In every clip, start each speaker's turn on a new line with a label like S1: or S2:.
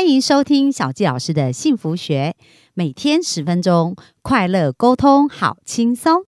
S1: 欢迎收听小纪老师的幸福学，每天十分钟，快乐沟通，好轻松。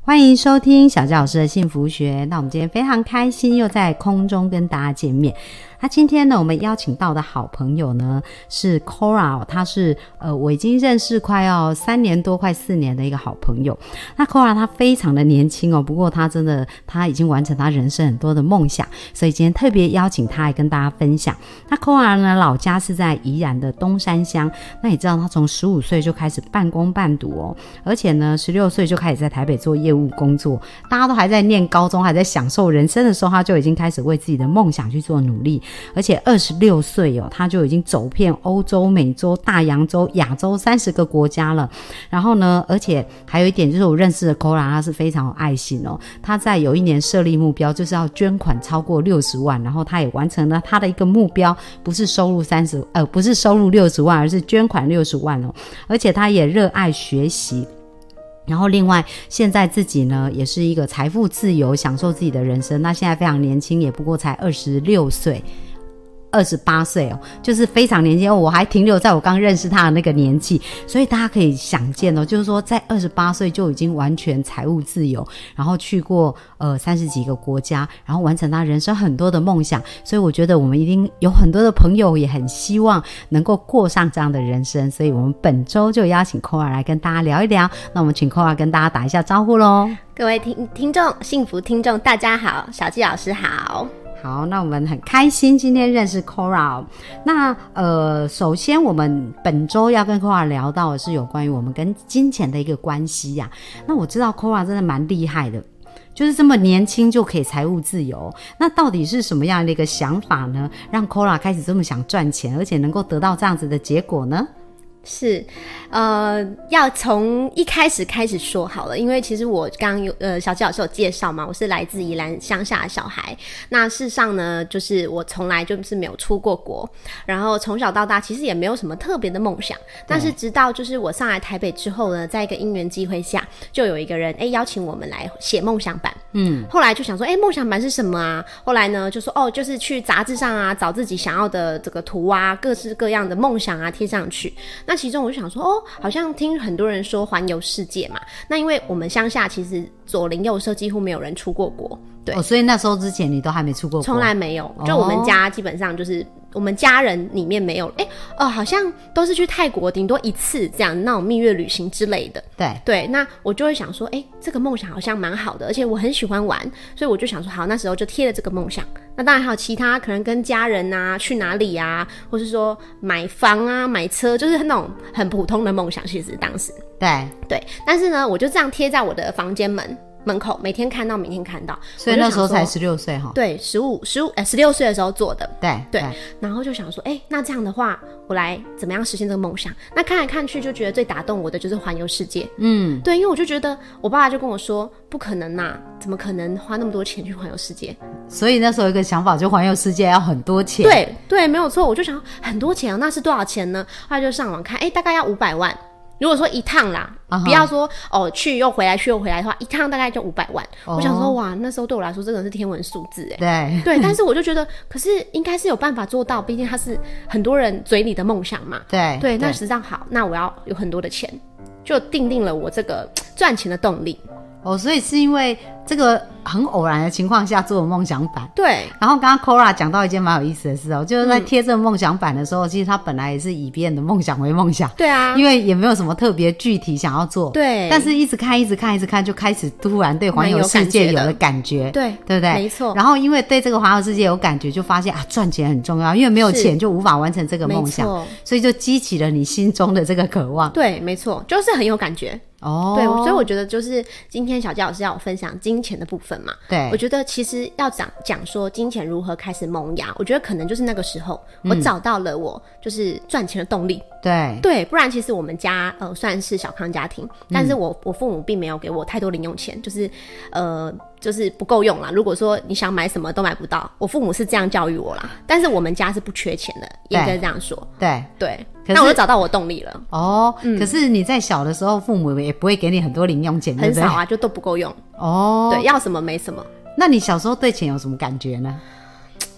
S1: 欢迎收听小纪老师的幸福学。那我们今天非常开心，又在空中跟大家见面。那今天呢，我们邀请到的好朋友呢是 Cora，、哦、她是呃我已经认识快要三年多、快四年的一个好朋友。那 Cora 她非常的年轻哦，不过她真的她已经完成她人生很多的梦想，所以今天特别邀请她来跟大家分享。那 Cora 呢，老家是在宜兰的东山乡。那你知道她从十五岁就开始半工半读哦，而且呢，十六岁就开始在台北做业务工作。大家都还在念高中，还在享受人生的时候，她就已经开始为自己的梦想去做努力。而且二十六岁哦，他就已经走遍欧洲、美洲、大洋洲、亚洲三十个国家了。然后呢，而且还有一点就是，我认识的 Kora，他是非常有爱心哦。他在有一年设立目标，就是要捐款超过六十万，然后他也完成了他的一个目标，不是收入三十，呃，不是收入六十万，而是捐款六十万哦。而且他也热爱学习。然后，另外，现在自己呢也是一个财富自由，享受自己的人生。那现在非常年轻，也不过才二十六岁。二十八岁哦，就是非常年轻哦，我还停留在我刚认识他的那个年纪，所以大家可以想见哦，就是说在二十八岁就已经完全财务自由，然后去过呃三十几个国家，然后完成他人生很多的梦想，所以我觉得我们一定有很多的朋友也很希望能够过上这样的人生，所以我们本周就邀请 Kora 来跟大家聊一聊，那我们请 Kora 跟大家打一下招呼喽。
S2: 各位听听众，幸福听众，大家好，小纪老师好。
S1: 好，那我们很开心今天认识 Cora、哦。那呃，首先我们本周要跟 Cora 聊到的是有关于我们跟金钱的一个关系呀、啊。那我知道 Cora 真的蛮厉害的，就是这么年轻就可以财务自由。那到底是什么样的一个想法呢，让 Cora 开始这么想赚钱，而且能够得到这样子的结果呢？
S2: 是，呃，要从一开始开始说好了，因为其实我刚有呃小纪老师有介绍嘛，我是来自宜兰乡下的小孩。那事实上呢，就是我从来就是没有出过国，然后从小到大其实也没有什么特别的梦想。但是直到就是我上来台北之后呢，在一个因缘机会下，就有一个人哎、欸、邀请我们来写梦想版，嗯，后来就想说哎梦、欸、想版是什么啊？后来呢就说哦就是去杂志上啊找自己想要的这个图啊，各式各样的梦想啊贴上去。那其中我就想说，哦，好像听很多人说环游世界嘛。那因为我们乡下其实左邻右舍几乎没有人出过国，对，
S1: 哦、所以那时候之前你都还没出过国，
S2: 从来没有。就我们家基本上就是。哦我们家人里面没有，哎、欸，哦、呃，好像都是去泰国，顶多一次这样那种蜜月旅行之类的。
S1: 对
S2: 对，那我就会想说，哎、欸，这个梦想好像蛮好的，而且我很喜欢玩，所以我就想说，好，那时候就贴了这个梦想。那当然还有其他，可能跟家人啊，去哪里啊，或是说买房啊、买车，就是那种很普通的梦想。其实当时
S1: 对
S2: 对，但是呢，我就这样贴在我的房间门。门口每天看到，每天看到，
S1: 所以那时候才十六岁哈。
S2: 对，十五、十五、呃，十六岁的时候做的。
S1: 对
S2: 对，然后就想说，哎、欸，那这样的话，我来怎么样实现这个梦想？那看来看去，就觉得最打动我的就是环游世界。
S1: 嗯，
S2: 对，因为我就觉得我爸爸就跟我说，不可能呐、啊，怎么可能花那么多钱去环游世界？
S1: 所以那时候一个想法，就环游世界要很多钱。
S2: 对对，没有错，我就想很多钱、啊，那是多少钱呢？后来就上网看，哎、欸，大概要五百万。如果说一趟啦，uh huh. 不要说哦去又回来去又回来的话，一趟大概就五百万。Oh. 我想说哇，那时候对我来说，这个是天文数字
S1: 哎。
S2: 对对，但是我就觉得，可是应该是有办法做到，毕竟它是很多人嘴里的梦想嘛。
S1: 对
S2: 对，那实际上好，那我要有很多的钱，就定定了我这个赚钱的动力。
S1: 哦，所以是因为这个很偶然的情况下做梦想版，
S2: 对。
S1: 然后刚刚 Kora 讲到一件蛮有意思的事哦，就是在贴这个梦想版的时候，嗯、其实他本来也是以别人的梦想为梦想，
S2: 对啊，
S1: 因为也没有什么特别具体想要做，
S2: 对。
S1: 但是一直看，一直看，一直看，就开始突然对环游世界有了感觉，
S2: 对，
S1: 对不对？
S2: 没错。
S1: 然后因为对这个环游世界有感觉，就发现啊，赚钱很重要，因为没有钱就无法完成这个梦想，所以就激起了你心中的这个渴望。
S2: 对，没错，就是很有感觉。
S1: 哦，
S2: 对，所以我觉得就是今天小佳老师要我分享金钱的部分嘛。
S1: 对，
S2: 我觉得其实要讲讲说金钱如何开始萌芽，我觉得可能就是那个时候，我找到了我就是赚钱的动力。嗯
S1: 对，
S2: 对，不然其实我们家呃算是小康家庭，
S1: 嗯
S2: 但是我、我父母并没有给我太多零用钱，就是呃就是不够用啦。如果说你想买什么都买不到，我父母是这样教育我啦。但是我们家是不缺钱的，应该这样说。
S1: 对，
S2: 对，
S1: 可
S2: 那我
S1: 是
S2: 就找到我动力了，
S1: 哦，可
S2: 嗯
S1: 是你在小的时候，父母也不会给你很多零用钱，对
S2: 很
S1: 不对？
S2: 少啊，就都不够用。
S1: 哦，
S2: 对，要什么没什么。
S1: 那你小时候对钱有什么感觉呢？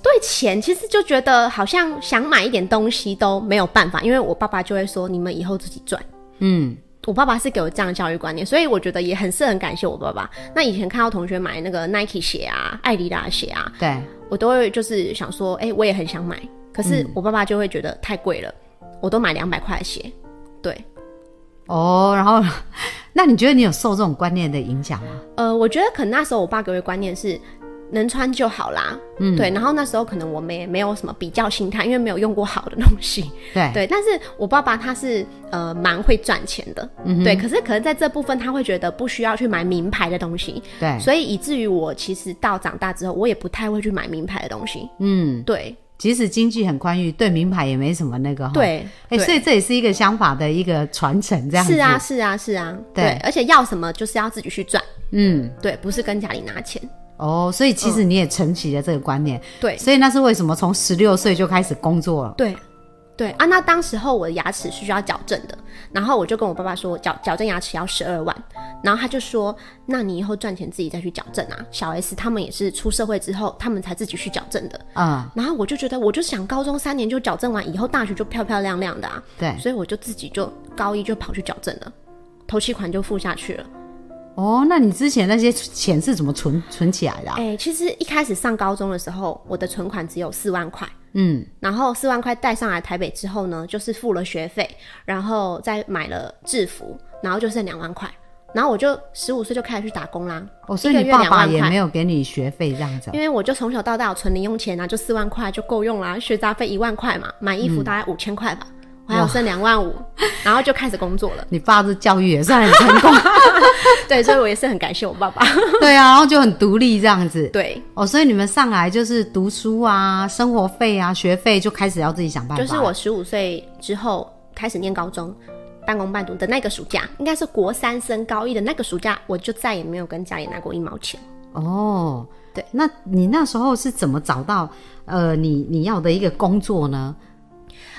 S2: 对钱，其实就觉得好像想买一点东西都没有办法，因为我爸爸就会说你们以后自己赚。
S1: 嗯，
S2: 我爸爸是给我这样的教育观念，所以我觉得也很是很感谢我爸爸。那以前看到同学买那个 Nike 鞋啊、艾迪达鞋啊，
S1: 对，
S2: 我都会就是想说，哎、我也很想买，可是我爸爸就会觉得太贵了，我都买两百块的鞋。对，
S1: 哦，然后， 那你觉得你有受这种观念的影响吗？
S2: 呃，我觉得可能那时候我爸给我的观念是能穿就好啦，嗯，对。然后那时候可能我们也没有什么比较心态，因为没有用过好的东西，
S1: 对，
S2: 对，但是我爸爸他是呃蛮会赚钱的，对，可是可能在这部分他会觉得不需要去买名牌的东西，
S1: 对，
S2: 所以以至于我其实到长大之后，我也不太会去买名牌的东西。
S1: 嗯，
S2: 对
S1: 即使经济很宽裕，对名牌也没什么那个哈。，
S2: 对，
S1: 哎、
S2: 对
S1: 所以这也是一个想法的一个传承，这样子。
S2: 是啊，是啊是啊，
S1: 对
S2: 对，而且要什么就是要自己去赚，
S1: 嗯，
S2: 对，不是跟家里拿钱。
S1: 哦，所以其实你也承袭了这个观念，
S2: 嗯对
S1: 所以那是为什么从十六岁就开始工作了？
S2: 对对啊，那当时候我的牙齿是需要矫正的，然后我就跟我爸爸说矫矫正牙齿要十二万，然后他就说，那你以后赚钱自己再去矫正啊。小 S 他们也是出社会之后，他们才自己去矫正的。
S1: 嗯，
S2: 然后我就觉得，我就想高中三年就矫正完，以后大学就漂漂亮亮的啊，
S1: 对，
S2: 所以我就自己就高一就跑去矫正了，头期款就付下去了。
S1: 哦，那你之前那些钱是怎么存存起来的啊、
S2: 哎、其实一开始上高中的时候，我的存款只有四万块，
S1: 嗯，
S2: 然后四万块带上来台北之后呢，就是付了学费，然后再买了制服，然后就剩两万块。然后我就十五岁就开始去打工啦，
S1: 哦，所以
S2: 一个
S1: 你
S2: 月
S1: 爸爸
S2: 2万
S1: 也
S2: 块
S1: 没有给你学费这样子啊
S2: 因。为我就从小到大有存零用钱啊，就四万块就够用啦，学杂费一万块嘛，买衣
S1: 嗯
S2: 服大概五千块吧，我还有剩两万五，然后就开始工作 了。
S1: 你爸这教育也算很成功，
S2: 对，所以我也是很感谢我爸爸。
S1: 对啊，然后就很独立这样子。
S2: 对，
S1: 哦，所以你们上来就是读书啊、生活费啊、学费就开始要自己想办法。
S2: 就是我十五岁之后开始念高中，半工半读的那个暑假，应该是国三升高一的那个暑假，我就再也没有跟家里拿过一毛钱。
S1: 哦，
S2: 对，
S1: 那你那时候是怎么找到呃你你要的一个工作呢？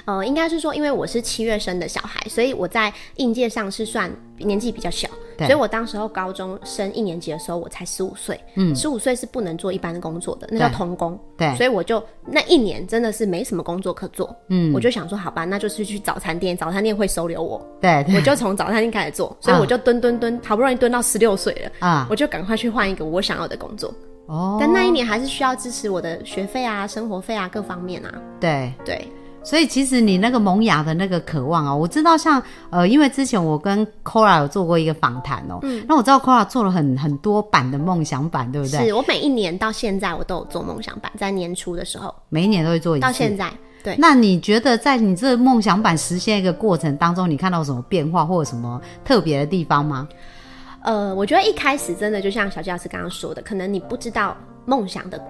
S2: 呃，应该是说，因为我是七月生的小孩，所以我在应届上是算年纪比较小，
S1: 对
S2: 所以我当时候高中升一年级的时候，我才十五岁，嗯，十五岁是不能做一般的工作的，那叫
S1: 对
S2: 童工，
S1: 对
S2: 所以我就那一年真的是没什么工作可做，嗯，我就想说，好吧，那就是去早餐店，早餐店会收留我，
S1: 对
S2: 我
S1: 对
S2: 就从早餐店开始做，所以我就蹲蹲蹲，好不容易蹲到十六岁了。
S1: 啊，
S2: 我就赶快去换一个我想要的工作，
S1: 哦，
S2: 但那一年还是需要支持我的学费啊、生活费啊各方面啊。
S1: 对，
S2: 对，
S1: 所以其实你那个萌芽的那个渴望啊，我知道像呃，因为之前我跟 Kora 有做过一个访谈哦，
S2: 嗯
S1: 那我知道 Kora 做了很很多版的梦想版，对不对？
S2: 是我每一年到现在我都有做梦想版，在年初的时候
S1: 每一年都会做一次。
S2: 到现在，对，
S1: 那你觉得在你这梦想版实现一个过程当中，你看到什么变化或者什么特别的地方吗？
S2: 呃，我觉得一开始真的就像小纪老师刚刚说的，可能你不知道梦想的，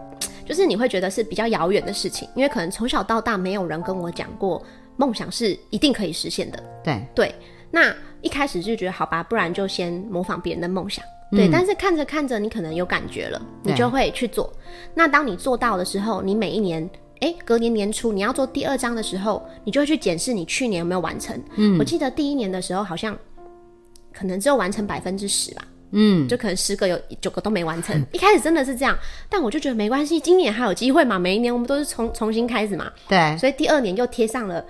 S2: 就是你会觉得是比较遥远的事情，因为可能从小到大没有人跟我讲过梦想是一定可以实现的。
S1: 对，
S2: 对，那一开始就觉得好吧，不然就先模仿别人的梦想。对，但是看着看着，你可能有感觉了，你
S1: 对
S2: 就会去做。那当你做到的时候，你每一年，哎，隔年年初你要做第二章的时候，你就会去检视你去年有没有完成。嗯，我记得第一年的时候好像可能只有完成百分之十吧。嗯，就可能十个有九个都没完成， 一开始真的是这样，但我就觉得没关系，今年还有机会嘛，每一年我们都是重重新开始嘛，
S1: 对，
S2: 所以第二年又贴上了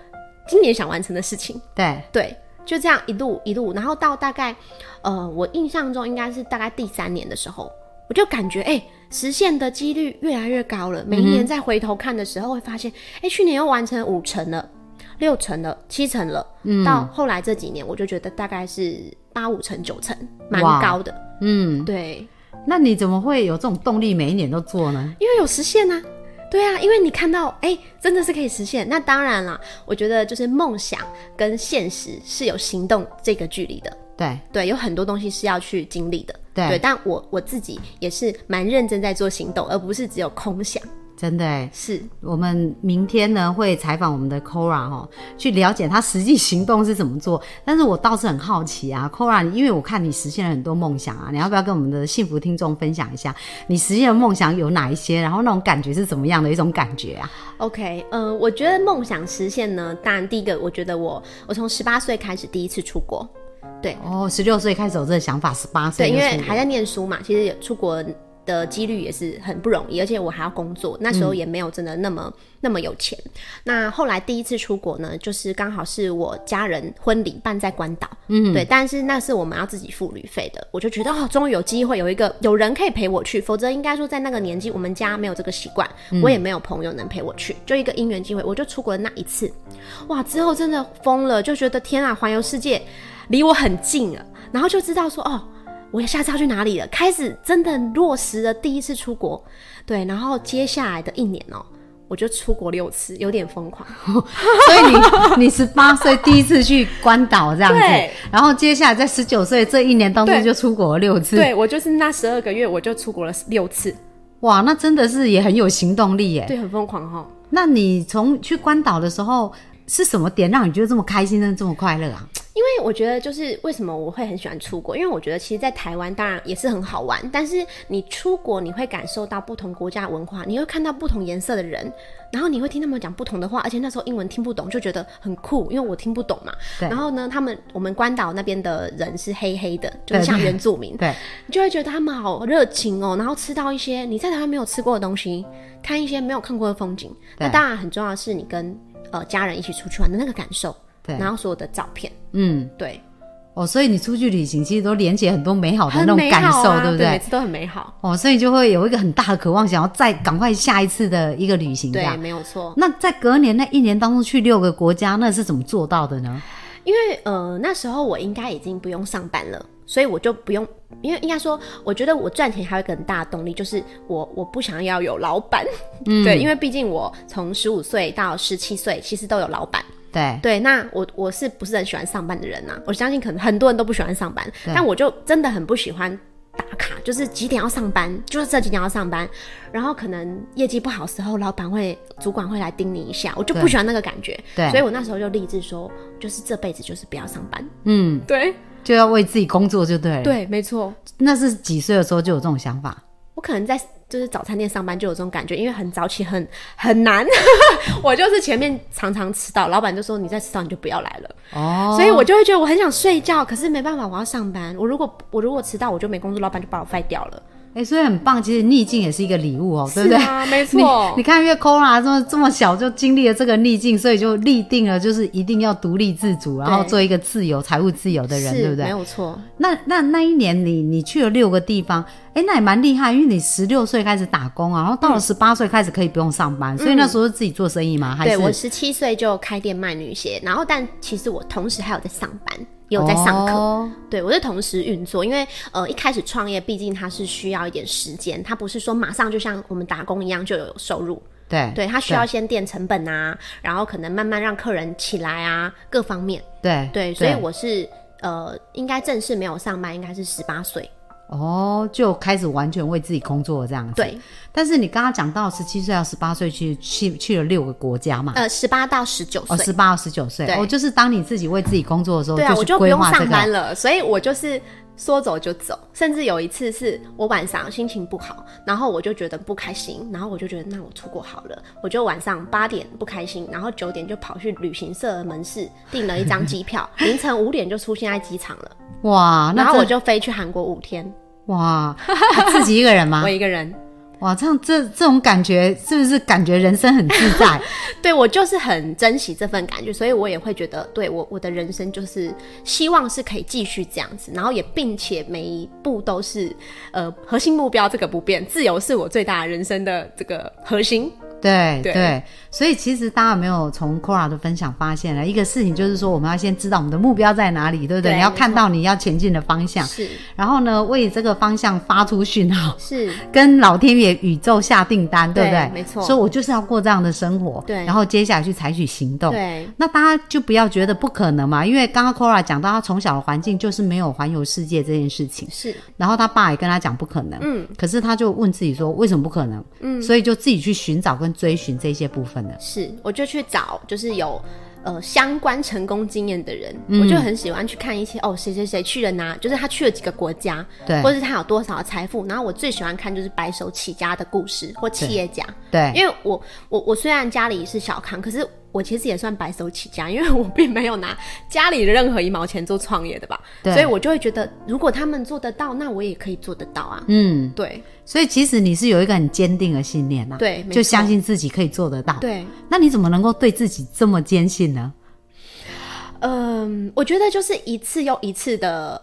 S2: 今年想完成的事情，
S1: 对，
S2: 对，就这样一路一路，然后到大概，呃，我印象中应该是大概第三年的时候，我就感觉哎、实现的几率越来越高了。每
S1: 嗯
S2: 一年再回头看的时候，会发现，哎、去年又完成五成了，六成了，七成了。嗯，到后来这几年，我就觉得大概是八五成、九成，蛮
S1: 哇
S2: 高的。
S1: 嗯，
S2: 对，
S1: 那你怎么会有这种动力，每一年都做呢？
S2: 因为有实现啊。对啊，因为你看到，哎、真的是可以实现。那当然啦，我觉得就是梦想跟现实是有行动这个距离的。
S1: 对，
S2: 对，有很多东西是要去经历的。
S1: 对
S2: 但我我自己也是蛮认真在做行动，而不是只有空想。
S1: 真的哎，
S2: 是
S1: 我们明天呢会采访我们的 Cora 哦，去了解她实际行动是怎么做。但是我倒是很好奇啊，Cora，因为我看你实现了很多梦想啊，你要不要跟我们的幸福听众分享一下你实现的梦想有哪一些？然后那种感觉是怎么样的一种感觉啊？
S2: OK，呃，我觉得梦想实现呢，当然第一个，我觉得我我从十八岁开始第一次出国，
S1: 哦，十六岁开始有这个想法，十八岁
S2: 对，因为
S1: 就出
S2: 还在念书嘛，其实出国的几率也是很不容易，而且我还要工作，那
S1: 嗯
S2: 时候也没有真的那么、那么有钱。那后来第一次出国呢，就是刚好是我家人婚礼办在关岛，嗯，对，但是那是我们要自己付旅费的，我就觉得哦，终于有机会有一个有人可以陪我去，否则应该说在那个年纪，我们家没有这个习惯，
S1: 嗯
S2: 我也没有朋友能陪我去，就一个因缘机会，我就出国的那一次，哇，之后真的疯了，就觉得天啊，环游世界离我很近了，然后就知道说哦。我下次要去哪里了？开始真的落实了第一次出国，对，然后接下来的一年哦、我就出国六次，有点疯狂。
S1: 所以你你十八岁第一次去关岛这样
S2: 对
S1: 子，然后接下来在十九岁这一年当中
S2: 对
S1: 就出国了六次，
S2: 对我就是那十二个月，我就出国了六次，
S1: 哇，那真的是也很有行动力耶。
S2: 对，很疯狂哈。
S1: 那你从去关岛的时候是什么点让你觉得这么开心呢？这么快乐啊？
S2: 因为我觉得，就是为什么我会很喜欢出国，因为我觉得其实，在台湾当然也是很好玩，但是你出国，你会感受到不同国家的文化，你会看到不同颜色的人，然后你会听他们讲不同的话，而且那时候英文听不懂，就觉得很酷，因为我听不懂嘛。
S1: 对
S2: 然后呢，他们我们关岛那边的人是黑黑的，就
S1: 对
S2: 是像
S1: 对
S2: 原住民，
S1: 对，
S2: 你就会觉得他们好热情哦，然后吃到一些你在台湾没有吃过的东西，看一些没有看过的风景。
S1: 对
S2: 那当然很重要的是你跟呃家人一起出去玩的那个感受，
S1: 对
S2: 然后所有的照片，
S1: 嗯，
S2: 对，
S1: 哦，所以你出去旅行其实都连接很多美好的
S2: 很
S1: 那种
S2: 美
S1: 感
S2: 好
S1: 受，
S2: 啊、
S1: 对不
S2: 对？每次都很美好，
S1: 哦，所以就会有一个很大的渴望，想要再赶快下一次的一个旅行这
S2: 对，
S1: 样。
S2: 没有错。
S1: 哦那在隔年那一年当中去六个国家，那是怎么做到的呢？
S2: 因为呃那时候我应该已经不用上班了，所以我就不用，因为应该说，我觉得我赚钱还有一个很大的动力，就是我我不想要有老板，
S1: 嗯
S2: 对，因为毕竟我从十五岁到十七岁其实都有老板，
S1: 对，
S2: 对，那我我是不是很喜欢上班的人呐、我相信可能很多人都不喜欢上班，
S1: 对
S2: 但我就真的很不喜欢打卡，就是几点要上班，就是这几点要上班，然后可能业绩不好的时候，老板会主管会来盯你一下，我就不
S1: 对
S2: 喜欢那个感觉，
S1: 对
S2: 所以我那时候就立志说，就是这辈子就是不要上班，
S1: 嗯，
S2: 对
S1: 就要为自己工作就对了。，
S2: 对，没错，
S1: 那是几岁的时候就有这种想法？
S2: 我可能在就是早餐店上班就有这种感觉，因为很早起很很难， 我就是前面常常迟到，老板就说你再迟到你就不要来了。
S1: 哦，
S2: 所以我就会觉得我很想睡觉，可是没办法，我要上班。我如果我如果迟到，我就没工作，老板就把我废掉了。
S1: 哎、所以很棒，其实逆境也是一个礼物哦、对不对？
S2: 啊，没
S1: 你 你看，因为 Kora 这么这么小就经历了这个逆境，所以就立定了，就是一定要独立自主，然后做一个自由、财务自由的人，对
S2: 是
S1: 不
S2: 没
S1: 对？
S2: 有错。
S1: 那那那一年你你去了六个地方，哎，那也蛮厉害，因为你十六岁开始打工啊，然后到了
S2: 嗯
S1: 十八岁开始可以不用上班，所以那时候是自己做生意吗？还
S2: 对
S1: 是
S2: 我十七岁就开店卖女鞋，然后但其实我同时还有在上班，也有在上课。
S1: 哦
S2: 对我是同时运作，因为呃一开始创业，毕竟它是需要一点时间，它不是说马上就像我们打工一样就有收入。
S1: 对
S2: 对，它需要先垫成本啊，然后可能慢慢让客人起来啊，各方面。
S1: 对
S2: 对，所以我是呃，应该正式没有上班，应该是十八岁。
S1: 哦就开始完全为自己工作这样子。，
S2: 对，
S1: 但是你刚刚讲到十七岁到十八岁去去去了六个国家嘛。
S2: 呃，十八到十九
S1: 哦，
S2: 岁。
S1: 十八到十九岁，
S2: 对
S1: 哦，就是当你自己为自己工作的时候，
S2: 对啊，我
S1: 是
S2: 就不
S1: 规
S2: 用
S1: 划这
S2: 上
S1: 个
S2: 班了，所以我就是说走就走。甚至有一次是我晚上心情不好，然后我就觉得不开心，然后我就觉得那我出国好了，我就晚上八点不开心，然后九点就跑去旅行社的门市订了一张机 票，凌晨五点就出现在机场了，
S1: 哇，那
S2: 然后
S1: 这
S2: 我就飞去韩国五天，
S1: 哇， 自己一个人吗
S2: 我？一个人。
S1: 哇，这样这这种感觉是不是感觉人生很自 在？
S2: 对我就是很珍惜这份感觉，所以我也会觉得，对我我的人生就是希望是可以继续这样子，然后也并且每一步都是呃核心目标这个不变，自由是我最大的人生的这个核心。
S1: 对
S2: 对
S1: 所以其实大家有没有从 Cora 的分享发现了一个事情，就是说我们要先知道我们的目标在哪里，对不对？
S2: 对
S1: 你要
S2: 没
S1: 看
S2: 错
S1: 到你要前进的方向，
S2: 是
S1: 然后呢，为这个方向发出讯号，
S2: 是，
S1: 跟老天爷宇宙下订单，对不对
S2: 对？没错
S1: 所以我就是要过这样的生活，
S2: 对
S1: 然后接下来去采取行动。
S2: 对
S1: 那大家就不要觉得不可能嘛，因为刚刚 Cora 讲到，她从小的环境就是没有环游世界这件事情，
S2: 是
S1: 然后他爸也跟他讲不可能，
S2: 嗯，
S1: 可是他就问自己说为什么不可能，嗯，所以就自己去寻找跟追寻这些部分的，
S2: 是，我就去找就是有呃相关成功经验的人，
S1: 嗯
S2: 我就很喜欢去看一些哦谁谁谁去了哪，就是他去了几个国家，
S1: 对
S2: 或者是他有多少的财富。然后我最喜欢看就是白手起家的故事或企业家，
S1: 对
S2: 因为我我我虽然家里是小康，可是。我其实也算白手起家，因为我并没有拿家里的任何一毛钱做创业的吧，
S1: 对，
S2: 所以我就会觉得，如果他们做得到，那我也可以做得到啊。
S1: 嗯，
S2: 对
S1: 所以其实你是有一个很坚定的信念呐、啊
S2: 对，没
S1: 就
S2: 错
S1: 相信自己可以做得到，，
S2: 对，
S1: 那你怎么能够对自己这么坚信呢？
S2: 嗯，我觉得就是一次又一次的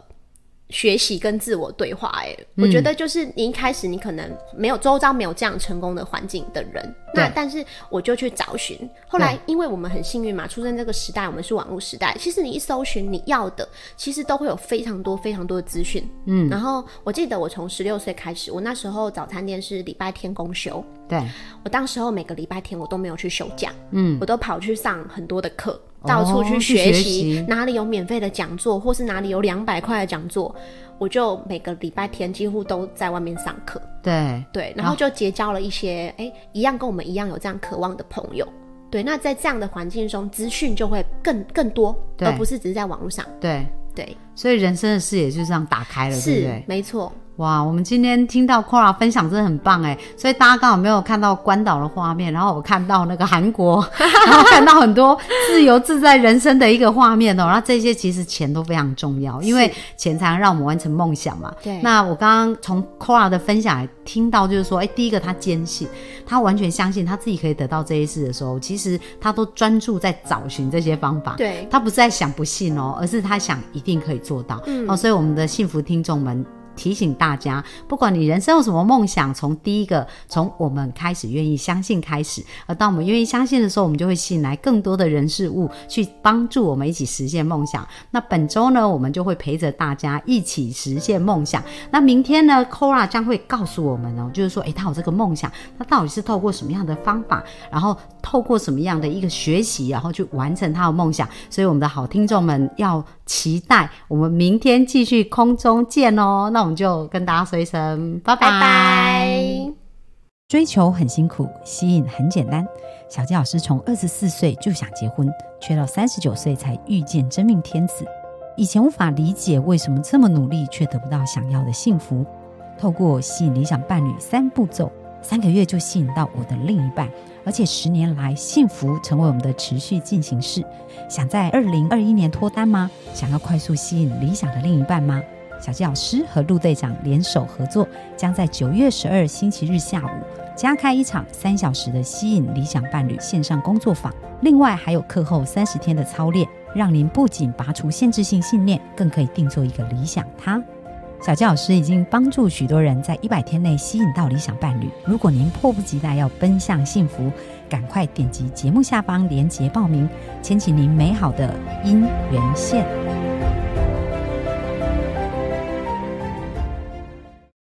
S2: 学习跟自我对话、欸。哎、我觉得就是你一开始你可能没有周遭没有这样成功的环境的人，那
S1: 对
S2: 但是我就去找寻。后来因为我们很幸运嘛，出生这个时代，我们是网络时代，其实你一搜寻你要的，其实都会有非常多非常多的资讯。嗯，然后我记得我从十六岁开始，我那时候早餐店是礼拜天公休，
S1: 对，
S2: 我当时候每个礼拜天我都没有去休假，
S1: 嗯，
S2: 我都跑去上很多的课，
S1: 哦
S2: 到处去
S1: 去
S2: 学
S1: 学
S2: 习，
S1: 习
S2: 哪里有免费的讲座，或是哪里有两百块的讲座，我就每个礼拜天几乎都在外面上课。
S1: 对，
S2: 对，然后就结交了一些哎、诶一样跟我们一样有这样渴望的朋友。对，那在这样的环境中，资讯就会更更多，
S1: 对
S2: 而不是只是在网络上。
S1: 对。
S2: 对，
S1: 所以人生的视野就这样打开了，对不
S2: 是
S1: 对？
S2: 没错，
S1: 哇，我们今天听到 Cora 分享真的很棒哎，所以大家刚好没有看到关岛的画面，然后我看到那个韩 国，然后看到很多自由自在人生的一个画面哦。然后这些其实钱都非常重要，因为钱才能让我们完成梦想嘛。
S2: 对
S1: 那我刚刚从 Cora 的分享也听到，就是说，哎，第一个他坚信，他完全相信他自己可以得到这一事的时候，其实他都专注在找寻这些方法。
S2: 对
S1: 他不是在想不信哦，而是他想一定可以做到。哦，所以我们的幸福听众们。提醒大家，不管你人生有什么梦想，从第一个，从我们开始愿意相信开始，而当我们愿意相信的时候，我们就会吸引来更多的人事物去帮助我们一起实现梦想。那本周呢，我们就会陪着大家一起实现梦想。那明天呢，Kora 将会告诉我们哦，就是说，诶，他有这个梦想，他到底是透过什么样的方法，然后透过什么样的一个学习，啊然后去完成他的梦想。所以，我们的好听众们要期待我们明天继续空中见哦。那我们就跟大家说一声，拜拜。
S2: 拜拜
S3: 追求很辛苦，吸引很简单。小纪老师从二十四岁就想结婚，却到三十九岁才遇见真命天子。以前无法理解为什么这么努力却得不到想要的幸福。透过吸引理想伴侣三步骤，三个月就吸引到我的另一半，而且十年来幸福成为我们的持续进行式。想在二零二一年脱单吗？想要快速吸引理想的另一半吗？小纪老师和陆队长联手合作，将在九月十二星期日下午加开一场三小时的吸引理想伴侣线上工作坊，另外还有课后三十天的操练，让您不仅拔除限制性信念，更可以定做一个理想他。小纪老师已经帮助许多人在一百天内吸引到理想伴侣。如果您迫不及待要奔向幸福，赶快点击节目下方链接报名，牵起您美好的姻缘线。